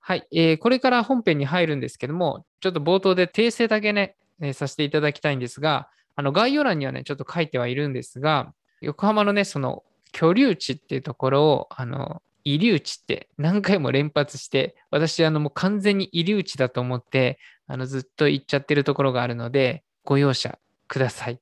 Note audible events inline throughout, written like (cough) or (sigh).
はい、えーこれから本編に入るんですけども、ちょっと冒頭で訂正だけね、えーさせていただきたいんですが、あの概要欄にはね、ちょっと書いてはいるんですが、横浜のね、その居留地っていうところを、あの、遺留地って何回も連発して、私、あの、もう完全に遺留地だと思って、あの、ずっと言っちゃってるところがあるので、ご容赦ください。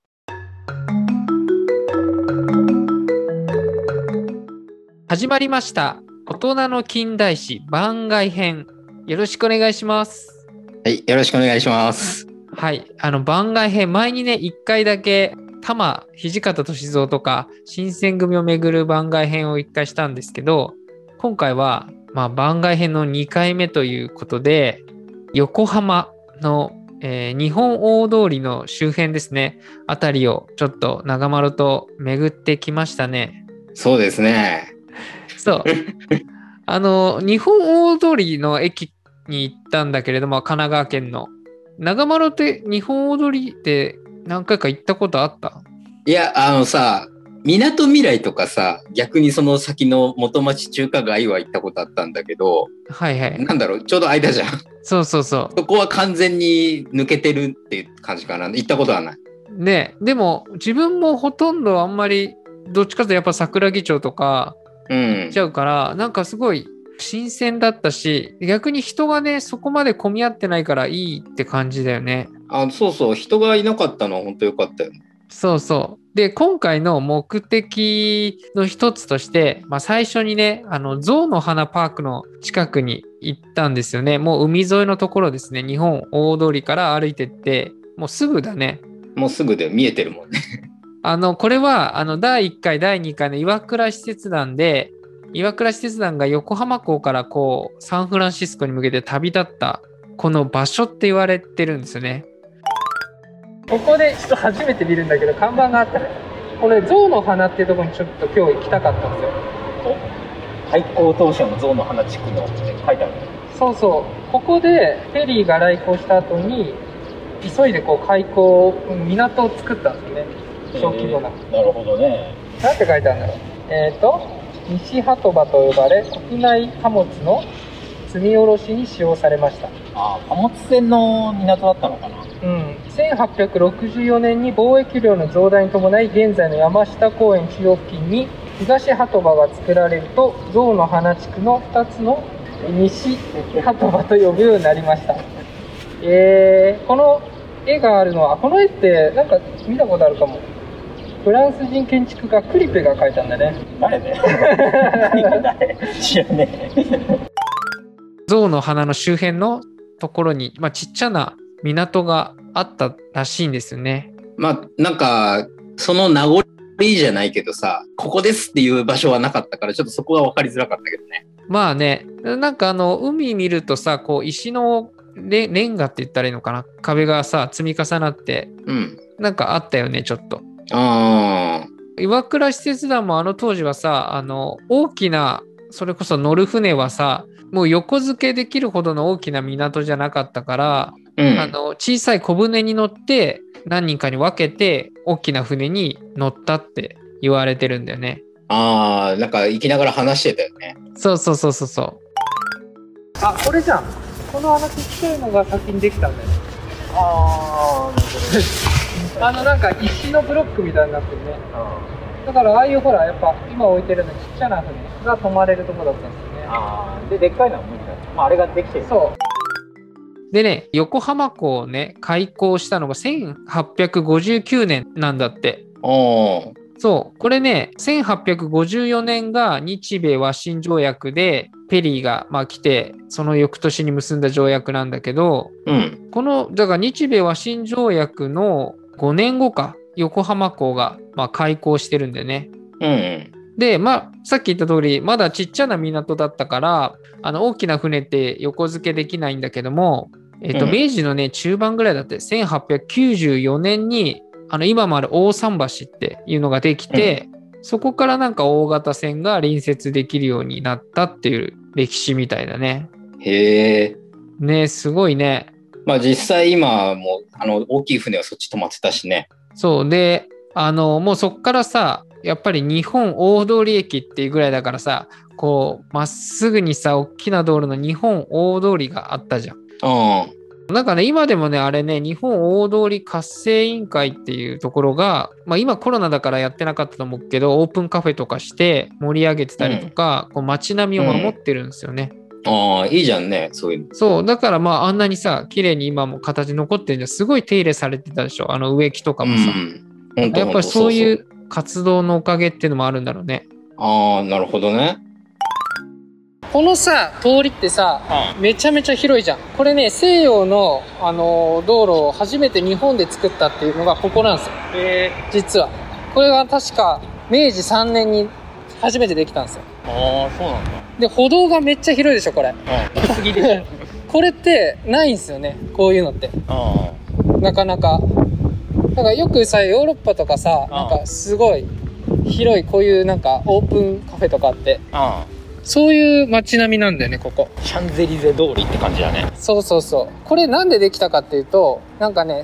始まりました。大人の近代史番外編。よろしくお願いします。はい、よろしくお願いします。はい、あの番外編、前にね、1回だけ、多摩土方歳三とか、新選組を巡る番外編を1回したんですけど、今回は、まあ、番外編の2回目ということで、横浜の、えー日本大通りの周辺ですね、あたりをちょっと長丸と巡ってきましたね。そうですね。そう。あの、日本大通りの駅に行ったんだけれども、神奈川県の。長丸って日本大通りって何回か行ったことあったいや、あのさ、みなとみらいとかさ、逆にその先の元町中華街は行ったことあったんだけど、はいはい。なんだろう、ちょうど間じゃん。 (laughs) そうそうそそこは完全に抜けてるっていう感じかな。行ったことはない。う。ねでも自分もほとんどあんまり、どっちかというとやっぱ桜木町とかうん行っ。ちゃうから、なんかすごい新鮮だったし、逆に人がね、そこまで混み合ってないからいいって感じだよね。あそうそう、人がいなかったのは本当よかったよね。そうそう。で、今回の目的の一つとして、まあ、最初にね、あの、象の花パークの近くに行ったんですよね。もう海沿いのところですね。日本大通りから歩いてって、もうすぐだね。もうすぐで見えてるもんね。あの、これは、あの、第1回、第2回の岩倉使節団で、岩倉使節団が横浜港からこう、サンフランシスコに向けて旅立った、この場所って言われてるんですよね。ここでちょっと初めて見るんだけど、看板があったこれ、象の花っていうところにちょっと今日行きたかったんですよ。開港当初の象の花地区の書いてある。そうそう、ここでフェリーが来航した後に、急いでこう開港、港を作ったんですよね、小規模な。なるほどね。なんて書いてあるんだろう。えっ、と、西鳩場と呼ばれ、国内貨物の積み下ろしに使用されました。あ貨物船の港だったのかな。うん、1864年に貿易量の増大に伴い現在の山下公園中央付近に東鳩場が作られると象の花地区の2つの西鳩場と呼ぶようになりました、えーこの絵があるのはあこの絵ってなんか見たことあるかもフランス人建築家クリペが描いたんだね誰ね誰知らね象の花の周辺のところに、まあ、ちっちゃな港があったらしいんですよねまあなんかその名残じゃないけどさここですっていう場所はなかったからちょっとそこが分かりづらかったけどねまあね、なんかあの、海見るとさ、こう、石のレレンガって言ったらいいのかな壁がさ、積み重なって、うんなんかあったよね、ちょっと。あ岩倉使節団もあの当時はさ、あの、大きな、それこそ乗る船はさ、もう横付けできるほどの大きな港じゃなかったから、ーうんあの、小さい小舟に乗って、何人かに分けて、大きな船に乗ったって言われてるんだよね。あーなんか生きながら話してたよねそうそうそうそうそう。あ、これじゃん。このあのちっちゃいのが先にできたんだよ。ああのなんか石のブロックみたいになってるね。だからああいうほら、やっぱ今置いてるのちっちゃな船が泊まれるとこだったんですよね。あででっかいのは無理だ、まあ、あれができてそう。でね、横浜港をね、開港したのが1859年なんだって。おーそう、これね、1854年が日米和親条約で、ペリーが、まあ、来て、その翌年に結んだ条約なんだけど、うんこの、だから日米和親条約の5年後か、横浜港が、まあ、開港してるんだよね。うんうんで、まあ、さっき言った通り、まだちっちゃな港だったから、あの、大きな船って横付けできないんだけども、えっと、うん明治のね、中盤ぐらいだって、1894年に、あの、今もある大桟橋っていうのができて、そこからなんか大型船が隣接できるようになったっていう歴史みたいだね。へえねすごいね。まあ実際今もうあの大きい船はそっち泊まってたしねそうであのもうそっからさやっぱり日本大通駅っていうぐらいだからさこう、まっすぐにさ、大きな道路の日本大通りがあったじゃん。うん。なんかね、今でもね、あれね、日本大通り活性委員会っていうところが、まあ今コロナだからやってなかったと思うけど、オープンカフェとかして盛り上げてたりとか、こう街並みを守ってるんですよね。ああ、いいじゃんね、そういうの。そう、だからまああんなにさ、綺麗に今も形残ってるじゃん。すごい手入れされてたでしょ、あの植木とかうもさ。ん。本当やっぱりそうい。本う活動のおかげっていうのもあるんだろうね。当そうそうああ、なるほどね。このさ通りってさめちゃめちゃ広いじゃんこれね西洋の、あのー道路を初めて日本で作ったっていうのがここなんですよえ実はこれが確か明治3年に初めてできたんですよー、ああ、そうなんだ。で歩道がめっちゃ広いでしょこれうん。行き過ぎでしょ。これってないんですよねこういうのってあなかなかだからよくさヨーロッパとかさあなあんかすごい広いこういうなんかオープンカフェとかあってあ。ああ。そういう街並みなんだよねここシャンゼリゼ通りって感じだね。そうそうそうこれなんでできたかっていうとなんかね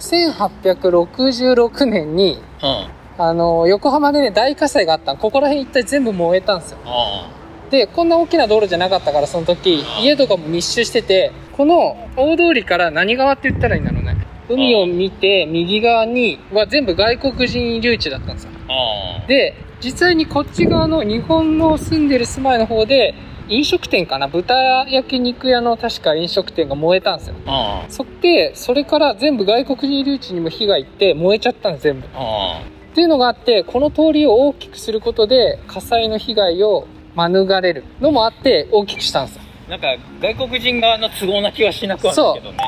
1866年にうん。ああの横浜でね大火災があったのここら辺一帯全部燃えたんですよあ。でこんな大きな道路じゃなかったからその時家とかも密集しててこの大通りから何側って言ったらいいんだろうね海を見て右側には全部外国人留置だったんですよあで実際にこっち側の日本の住んでる住まいの方で飲食店かな豚焼肉屋の確か飲食店が燃えたんですよあ。あそってそれから全部外国人留置にも火がいって燃えちゃったんです全部っあ。あていうのがあってこの通りを大きくすることで火災の被害を免れるのもあって大きくしたんですよあ。なんか、外国人側の都合な気はしなくはないけどね。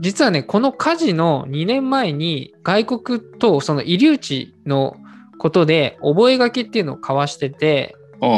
実はね、この火事の2年前に外国とその遺留地のことで覚書っていうのを交わしてて、うん。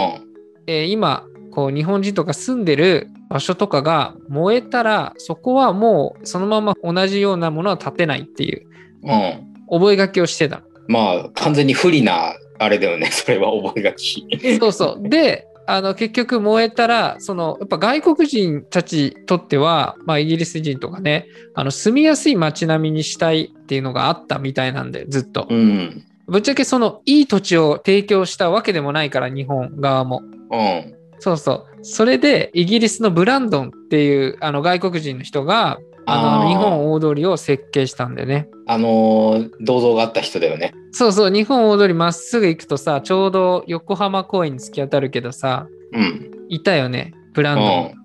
えー今、こう日本人とか住んでる場所とかが燃えたら、そこはもうそのまま同じようなものは建てないっていううん。覚書をしてたの。まあ、完全に不利な、あれだよね、それは覚書き。そうそう。で、あの結局燃えたら、そのやっぱ外国人たちにとっては、まあ、イギリス人とかね、あの住みやすい街並みにしたいっていうのがあったみたいなんで、ずっと。うん。ぶっちゃけそのいい土地を提供したわけでもないから日本側も。うん。そうそう。それでイギリスのブランドンっていうあの外国人の人がああーの日本大通りを設計したんだよね。あのー銅像があった人だよね。そうそう日本大通りまっすぐ行くとさちょうど横浜公園に突き当たるけどさうん。いたよねブランうドンん。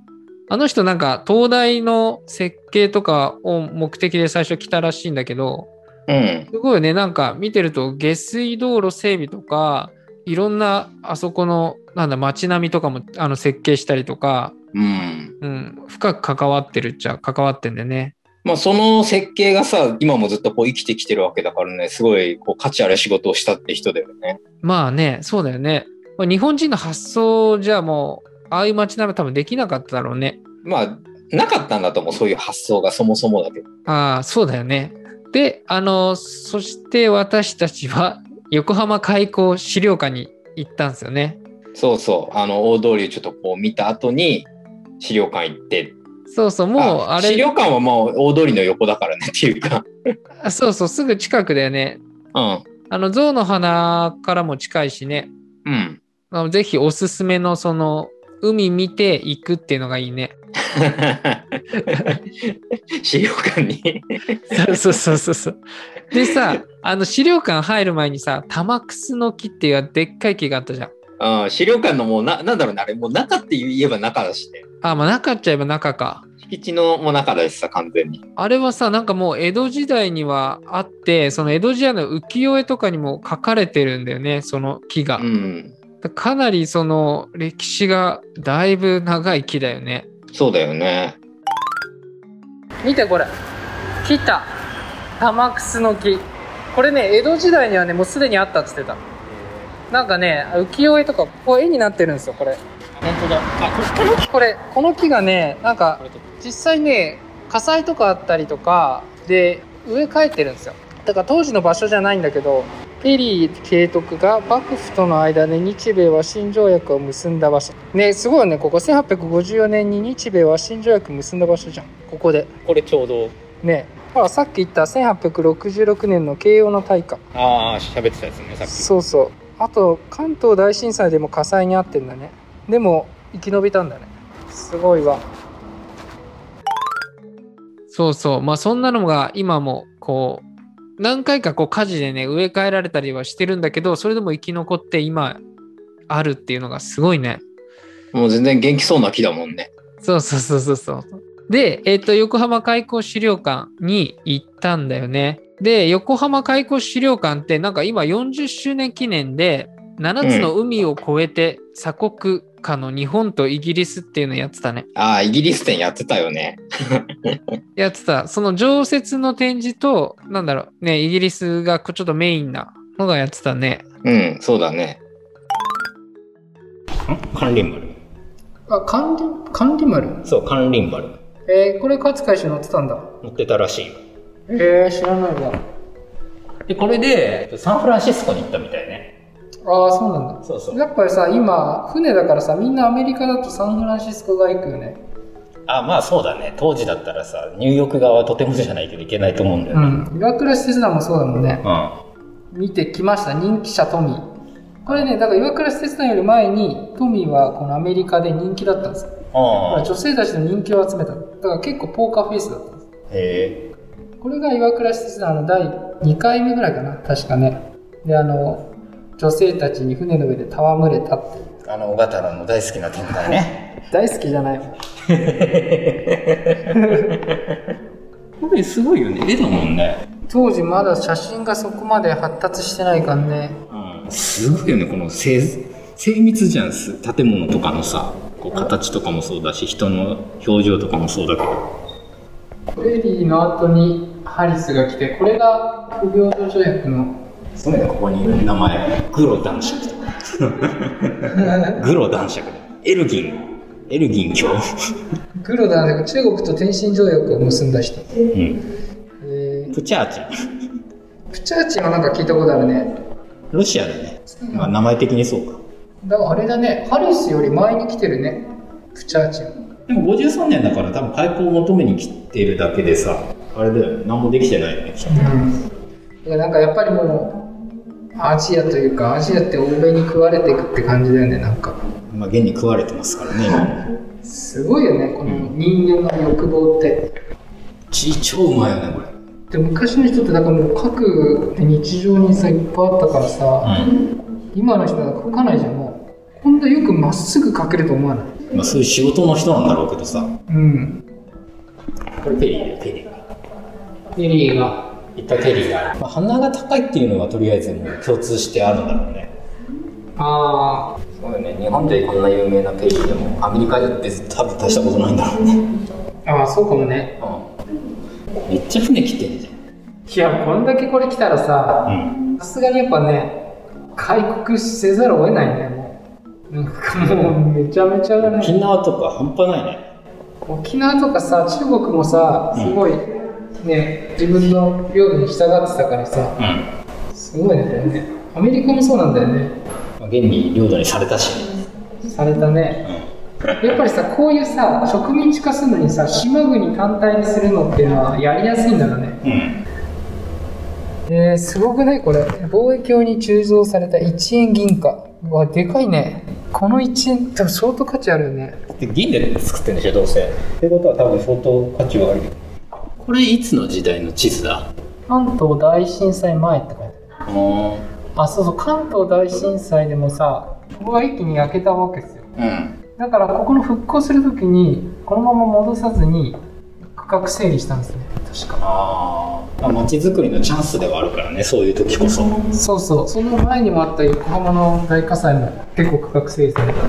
あの人なんか東大の設計とかを目的で最初来たらしいんだけどうん。すごいね、なんか見てると下水道路整備とか、いろんなあそこのなんだ街並みとかもあの設計したりとか、うん。うん、深く関わってるっちゃ関わってんだよね。まあ、その設計がさ、今もずっとこう生きてきてるわけだからね、すごいこう価値ある仕事をしたって人だよね。まあね、そうだよね。まあ日本人の発想じゃもう、ああいう街並み多分できなかっただろうね。まあ、なかったんだと思う、そういう発想がそもそもだけど。ああ、そうだよね。で、あの、そして私たちは横浜開港資料館に行ったんですよね。そうそう、あの、大通りをちょっとこう見た後に、資料館行って。そうそう、もうあれ。資料館はもう大通りの横だからねっていうか。あそうそう、すぐ近くだよね。うん。あの、象の鼻からも近いしね、うん。 (laughs) あのぜひおすすめのその、海見て行くっていうのがいいね。資料館に。そう (laughs) そうそうそうそう。でさ、あの資料館入る前にさ、玉楠の木っていうでっかい木があったじゃん。うん、資料館のもうな、なんだろうね、あれ、もう中って言えば中だしね。あ、まあ中っちゃえば中か。敷地のもう中だしさ、完全に。あれはさ、なんかもう江戸時代にはあって、その江戸時代の浮世絵とかにも書かれてるんだよね、その木がう。ん。かなりその歴史がだいぶ長い木だよね。そうだよね。見てこれ来た玉楠の木これね江戸時代にはねもうすでにあったっつってたなんかね浮世絵とかこう絵になってるんですよこれ本当だ。あ、これ、これこれこの木がねなんかこれと。実際ね火災とかあったりとかで植え替えてるんですよだから当時の場所じゃないんだけどペリー提督が幕府との間で日米和親条約を結んだ場所ねすごいよねここ1854年に日米和親条約結んだ場所じゃんここでこれちょうど。ねほらさっき言った1866年の慶応の大火ああ、喋ってたやつね、さっき。そうそうあと関東大震災でも火災にあってんだねでも生き延びたんだねすごいわそうそう。まあそんなのが今もこう、何回かこう火事でね、植え替えられたりはしてるんだけど、それでも生き残って今あるっていうのがすごいね。もう全然元気そうな木だもんね。そうそうそうそうそう。で、えっ、と、横浜開港資料館に行ったんだよね。で、横浜開港資料館ってなんか今40周年記念で、7つの海を越えて鎖国下の日本とイギリスっていうのやってたね。ああ、イギリス店やってたよね。やってた。その常設の展示と、なんだろう、ね、イギリスがこうちょっとメインなのがやってたね。うん、そうだね。関林丸。あ管理管理丸そう、関林丸。えー、これ勝海舟乗ってたんだ乗ってたらしいよ。えー、知らないわで、これで、サンフランシスコに行ったみたいね。ああそうなんだそうそう。やっぱりさ今船だからさみんなアメリカだとサンフランシスコが行くよねあ、まあそうだね。当時だったらさ、入浴側はとてもじゃないけどいけないと思うんだようね。ん岩倉施設団もそうだもんねうん。見てきました人気者トミーこれねだから岩倉施設団より前にトミーはこのアメリカで人気だったんですよだからああ。女性たちの人気を集めただから結構ポーカーフェイスだったんですへえ。これが岩倉施設団の第2回目ぐらいかな確かねであの女性たちに船の上で戯れたっていうあの、小型の大好きな展開ね。大好きじゃないこれすごいよね。絵だもんね。当時まだ写真がそこまで発達してないからねうん。すごいよね、この精、精密じゃん。す建物とかのさ、こう形とかもそうだし、人の表情とかもそうだけど。フレディの後にハリスが来てこれが不平等条約のそうね、ここにいる名前。グロ男爵とか。グロ男爵だ。エルギン。エルギン卿。黒だね中国と天津条約を結んだ人、うん。えープチャーチ。プチャーチはなんか聞いたことあるねロシアだね。まあ、名前的にそうか。だからあれだねハリスより前に来てるねプチャーチはでも53年だから多分開口を求めに来てるだけでさ、あれだよね、何もできてないよね、きっとうん、なんかやっぱりもうアジアというかアジアって欧米に食われていくって感じだよねなんかまあ、現に食われてますからね、今も。すごいよねこの人間の欲望ってち超うまいよね、これ。で昔の人ってなんかもう書く日常にさいっぱいあったからさ、今の人は書かないじゃんもうこんなよくまっすぐ書けると思わないうん。まあ、そういう仕事の人なんだろうけどさ、うんこれペリーだよ、ペリーが。ペリーが行ったペリーが。まあ、鼻が高いっていうのはとりあえずもう共通してあるんだろうね。ああそうよね、日本でこんな有名なペリーでも、アメリカで別に多分大したことないんだろうね。ああそうかもねうん。めっちゃ船来てんじいやこんだけこれ来たらさゃん。うん。さすがにやっぱね開国せざるを得ないねもうなんかもうめちゃめちゃだ沖ね縄とか半端ないね。沖縄とかさ中国もさすごいね自分の領土に従ってたからさうん。すごいねアメリカもそうなんだよねまあ、現に領土にされたし、されたねやっぱりさこういうさ植民地化するのにさ島国単体にするのっていうのはやりやすいんだろうねうん。えー、すごくないこれ貿易用に鋳造された1円銀貨うわでかいねこの1円多分相当価値あるよねで銀で作ってんでしょどうせってことは多分相当価値はあるこれいつの時代の地図だ関東大震災前って書いてあるあそうそう関東大震災でもさここが一気に焼けたわけですようんだからここの復興するときにこのまま戻さずに区画整理したんですね確かあーまあ街づくりのチャンスではあるからねそういう時こそ、そうそうその前にもあった横浜の大火災も結構区画整理された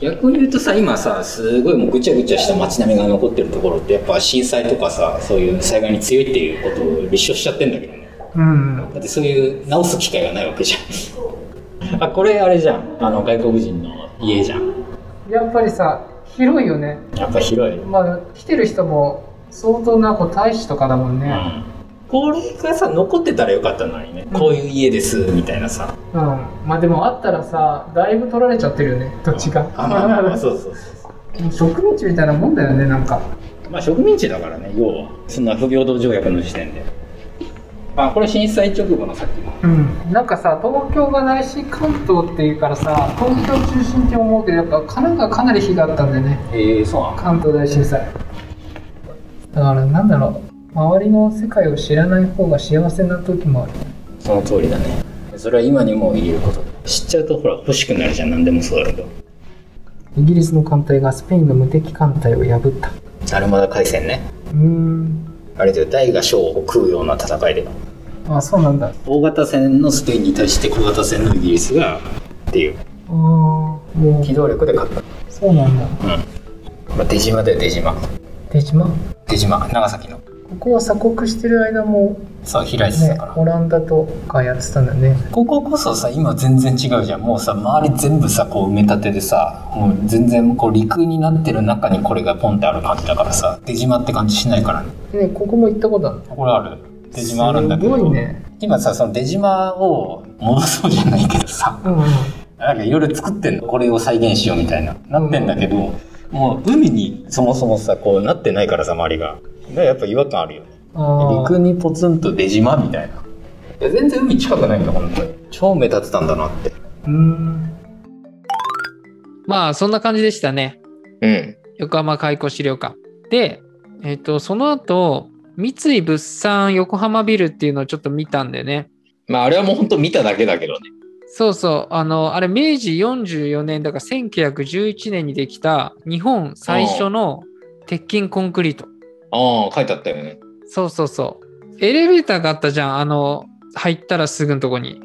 逆に言うとさ今さすごいもうぐちゃぐちゃした街並みが残ってるところってやっぱ震災とかさそういう災害に強いっていうことを立証しちゃってんだけどねうんだってそういう直す機会がないわけじゃん (laughs) あこれあれじゃんあの外国人の家じゃんやっぱりさ広いよねやっぱ広いまあ来てる人も相当なこう大使とかだもんねこれがさ残ってたらよかったのにね、こういう家ですみたいなさうんまあでもあったらさだいぶ取られちゃってるよね土地があまあまあまあそうそうそう植民地みたいなもんだよねなんかまあ植民地だからね要はそんな不平等条約の時点でまあこれ震災直後のさっきのうん、なんかさ東京がないし関東っていうからさ東京中心って思うけどやっぱ神奈川かなり火があったんだよねええそうなの関東大震災だからなんだろう周りの世界を知らない方が幸せな時もあるその通りだねそれは今にも言えることだ知っちゃうとほら欲しくなるじゃん何でもそうだけどイギリスの艦隊がスペインの無敵艦隊を破ったアルマダ海戦ねうーんあれで大が小を食うような戦いであそうなんだあ大型船のスペインに対して小型船のイギリスがっていうあもう機動力で勝ったそうなんだまあ出島だよ出島手島こ出島長崎のこは鎖国してる間もそう開いてねたから、オランダとかやってたんだよねこここそさ今全然違うじゃんもうさ周り全部さこう埋め立てでさもう全然こう陸になってる中にこれがポンってある感じだからさ出島って感じしないからねねここも行ったことあるこれある出島あるんだけすどごいね今さその出島を戻そうじゃないけどさうんうんなんかいろいろ作ってんのこれを再現しようみたいななってんだけど、もう海にそもそもさこうなってないからさ周りがだからやっぱ違和感あるよねあー陸にポツンと出島みたいないや全然海近くないんだ本当に超目立ってたんだなってうんまあそんな感じでしたね。うん。横浜開港資料館。で、えっ、と、その後、三井物産横浜ビルっていうのをちょっと見たんでね。まあ、あれはもう本当見ただけだけどね。そうそう、あの、あれ明治44年だから1911年にできた日本最初の鉄筋コンクリート。ああ、書いてあったよね。そうそうそう。エレベーターがあったじゃん、あの、入ったらすぐのとこに。うん。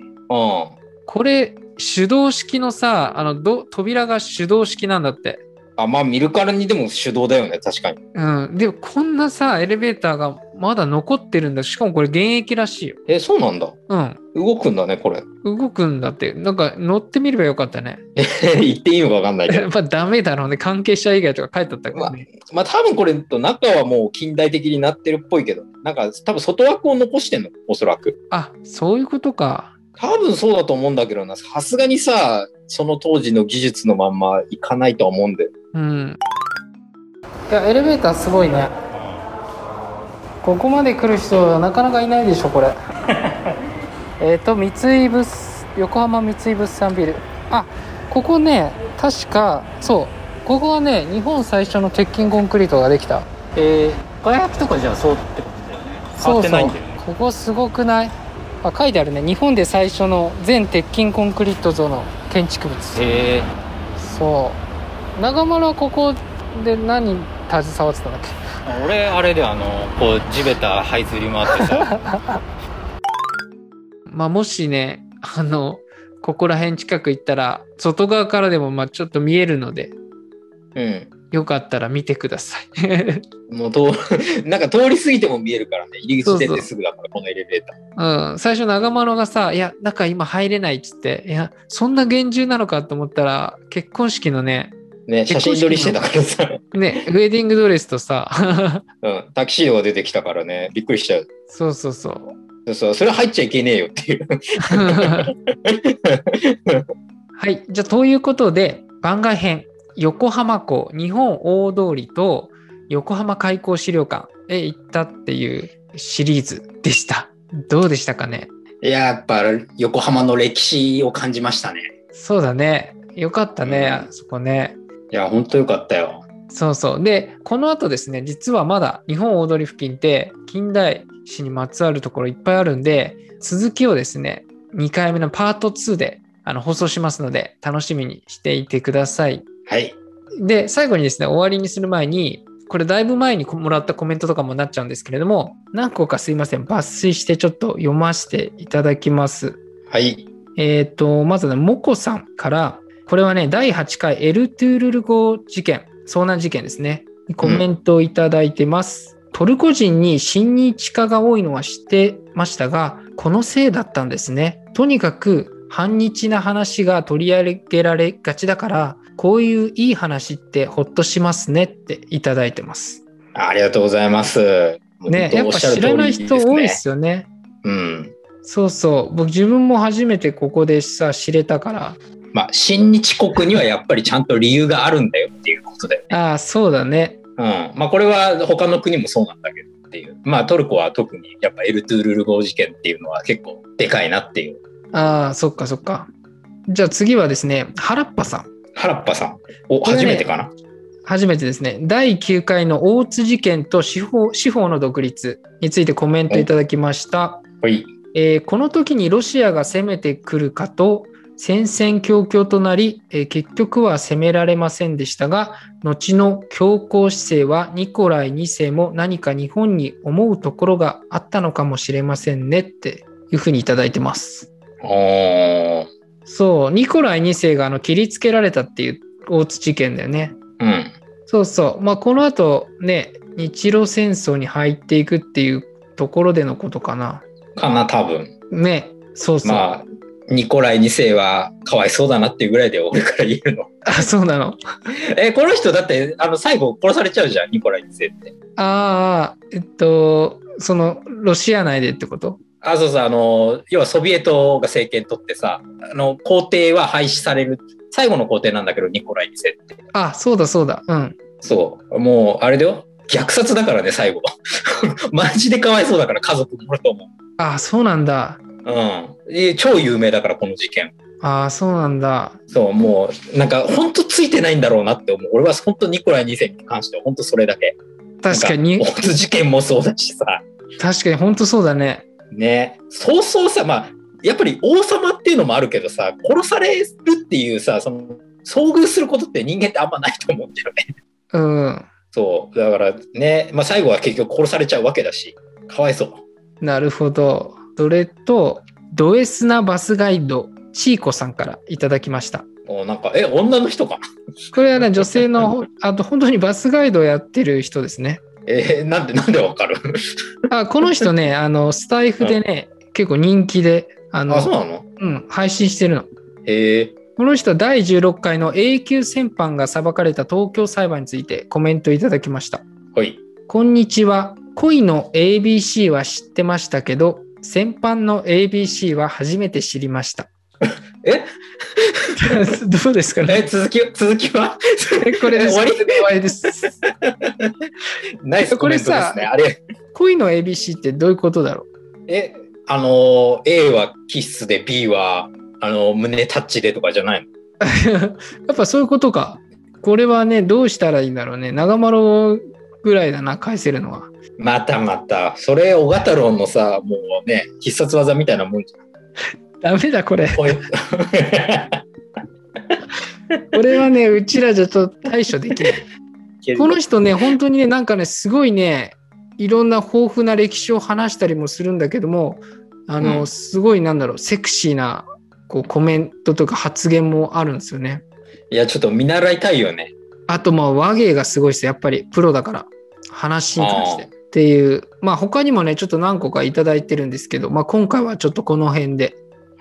これ、手動式のさ、あの、ど扉が手動式なんだって。あ、まあ見るからにでも手動だよね、確かに。うん、でもこんなさエレベーターがまだ残ってるんだしかもこれ現役らしいよえ、そうなんだ。うん動くんだね、これ。 (laughs) 動くんだってなんか乗ってみればよかったね (laughs) 言っていいのかわかんないけやどっ。ぱダメだろうね関係者以外とか書いてあったからね、まあ多分これ、中はもう近代的になってるっぽいけど、なんか多分外枠を残してんの、おそらく。あそういうことか多分そうだと思うんだけどな、さすがにさ、その当時の技術のまんまいかないとは思うんで。うんいやエレベーターすごいねここまで来る人はなかなかいないでしょこれえっと三井物横浜三井物産ビルあここね確かそうここはね日本最初の鉄筋コンクリートができたえー、外壁とかじゃあそうってことだよね変そわうってそうないんだよねここすごくないあ書いてあるね日本で最初の全鉄筋コンクリート像の建築物へえそう長丸はここで何携わってたんだっけ俺あれであのこう地べた這いずり回ってさまあもしねあのここら辺近く行ったら外側からでもまあちょっと見えるので (laughs) うん。よかったら見てください (laughs) もうと (laughs) なんか通り過ぎても見えるからね、入り口出そうてそうすぐだから、このエレベーター。うん、最初長丸がさ「いや中今入れない」っつって「いやそんな厳重なのか」と思ったら結婚式のねね、写真撮りしてたからさ、ね、ウェディングドレスとさ、うん、タキシードが出てきたからね、びっくりしちゃう。そうそうそう。 (laughs) そうそう、それ入っちゃいけねえよって (laughs) いう。はい、じゃあということで、番外編、横浜港、日本大通りと横浜開港資料館へ行ったっていうシリーズでした。どうでしたかねいや、やっぱ横浜の歴史を感じましたね。そうだね。よかったね、うあんそこね。いや、ほんとよかったよ。そうそう。で、この後ですね、実はまだ日本大通り付近って近代史にまつわるところいっぱいあるんで、続きをですね、2回目のパート2であの放送しますので、楽しみにしていてください。はい。で、最後にですね、終わりにする前に、これだいぶ前にもらったコメントとかもなっちゃうんですけれども、何個かすいません、抜粋してちょっと読ませていただきます。はい。えっ、と、まずね、モコさんから、これはね、第8回エルトゥールル号事件、遭難事件ですね。コメントをいただいてます。トルコ人に親日家が多いのは知ってましたが、このせいだったんですね。とにかく、反日な話が取り上げられがちだから、こういういい話ってほっとしますねっていただいてます。ありがとうございます。ね、やっぱ知らない人多いですよね。うん。そうそう。僕自分も初めてここでさ、知れたから、まあ、親日国にはやっぱりちゃんと理由があるんだよっていうことで。ああ、そうだね。うん。まあこれは他の国もそうなんだけどっていう。まあトルコは特にやっぱエルトゥールル号事件っていうのは結構でかいなっていう。ああ、そっかそっか。じゃあ次はですね、原っぱさん。原っぱさん。お、これね初めてかな。初めてですね、第9回の大津事件と司法司法の独立についてコメントいただきました。はい。えーこの時にロシアが攻めてくるかと戦々恐々となり、えー結局は攻められませんでしたが後の強硬姿勢はニコライ2世も何か日本に思うところがあったのかもしれませんねっていうふうにいただいてます。おー。そうニコライ2世があの切りつけられたっていう大津事件だよね。うん。そうそう。まあ、この後ね、日露戦争に入っていくっていうところでのことかな。かな、多分。ね、そうそう。まあ、ニコライ2世はかわいそうだなっていうぐらいで俺から言えるの。 (laughs) あ、そうなの。え、この人だって、あの、最後殺されちゃうじゃん、ニコライ2世って。ああ、えっと、その、ロシア内でってことあ、そうそう、あの、要はソビエトが政権取ってさ、あの、皇帝は廃止される。最後の皇帝なんだけど、ニコライ2世って。あ、そうだそうだ。うん。そう。もう、あれだよ。虐殺だからね、最後。 (laughs) マジでかわいそうだから、家族もろとも。あ、そうなんだ。うん。え超有名だから、この事件。あ、そうなんだ。そう、もう、なんか、ほんとついてないんだろうなって思う。俺は本当ニコライ2世に関しては、本当それだけ。確かになん、大津事件もそうだしさ。確かに本当そうだね。ねそうそうさまあやっぱり王様っていうのもあるけどさ殺されるっていうさその遭遇することって人間ってあんまないと思うんだよね (laughs) うん。そうだからね、まあ、最後は結局殺されちゃうわけだしかわいそうなるほど。それと、ドエスナバスガイド、チーコさんからいただきました。おなんかえ女の人かなこれはね、女性の、 (laughs) ほんあと本当にバスガイドをやってる人ですね。えーなんでなんでわかるあ、この人 (laughs) ね、あの、スタイフでね、結構人気で、あの、あそうなのうん、配信してるの。へえこの人、第16回の永久戦犯が裁かれた東京裁判についてコメントいただきました。はいこんにちは。恋の ABC は知ってましたけど、戦犯の ABC は初めて知りました。え (laughs) どうですかねえ続き続き (laughs) はえこれです。終わりこれで終わりです。ナイスコメントですこれねあれ恋の ABC ってどういうことだろえあのー A は気質で B はあのー胸タッチでとかじゃないのう (laughs) やっぱそういうことか。これはね、どうしたらいいんだろうね。長丸ぐらいだな、返せるのは。またまた、それ、小型論のさ、もうね、必殺技みたいなもんじゃん。ダメだ、これ。 (laughs) こういうこれはね、うちらじゃちょっと対処できない。この人ね、本当にね、なんかね、すごいね、いろんな豊富な歴史を話したりもするんだけども、あの、うんすごいなんだろう、セクシーなこうコメントとか発言もあるんですよね。いや、ちょっと見習いたいよね。あと、まあ、和芸がすごいですよやっぱりプロだから、話に関して。あっていう、まあ、他にもね、ちょっと何個かいただいてるんですけど、まあ、今回はちょっとこの辺で。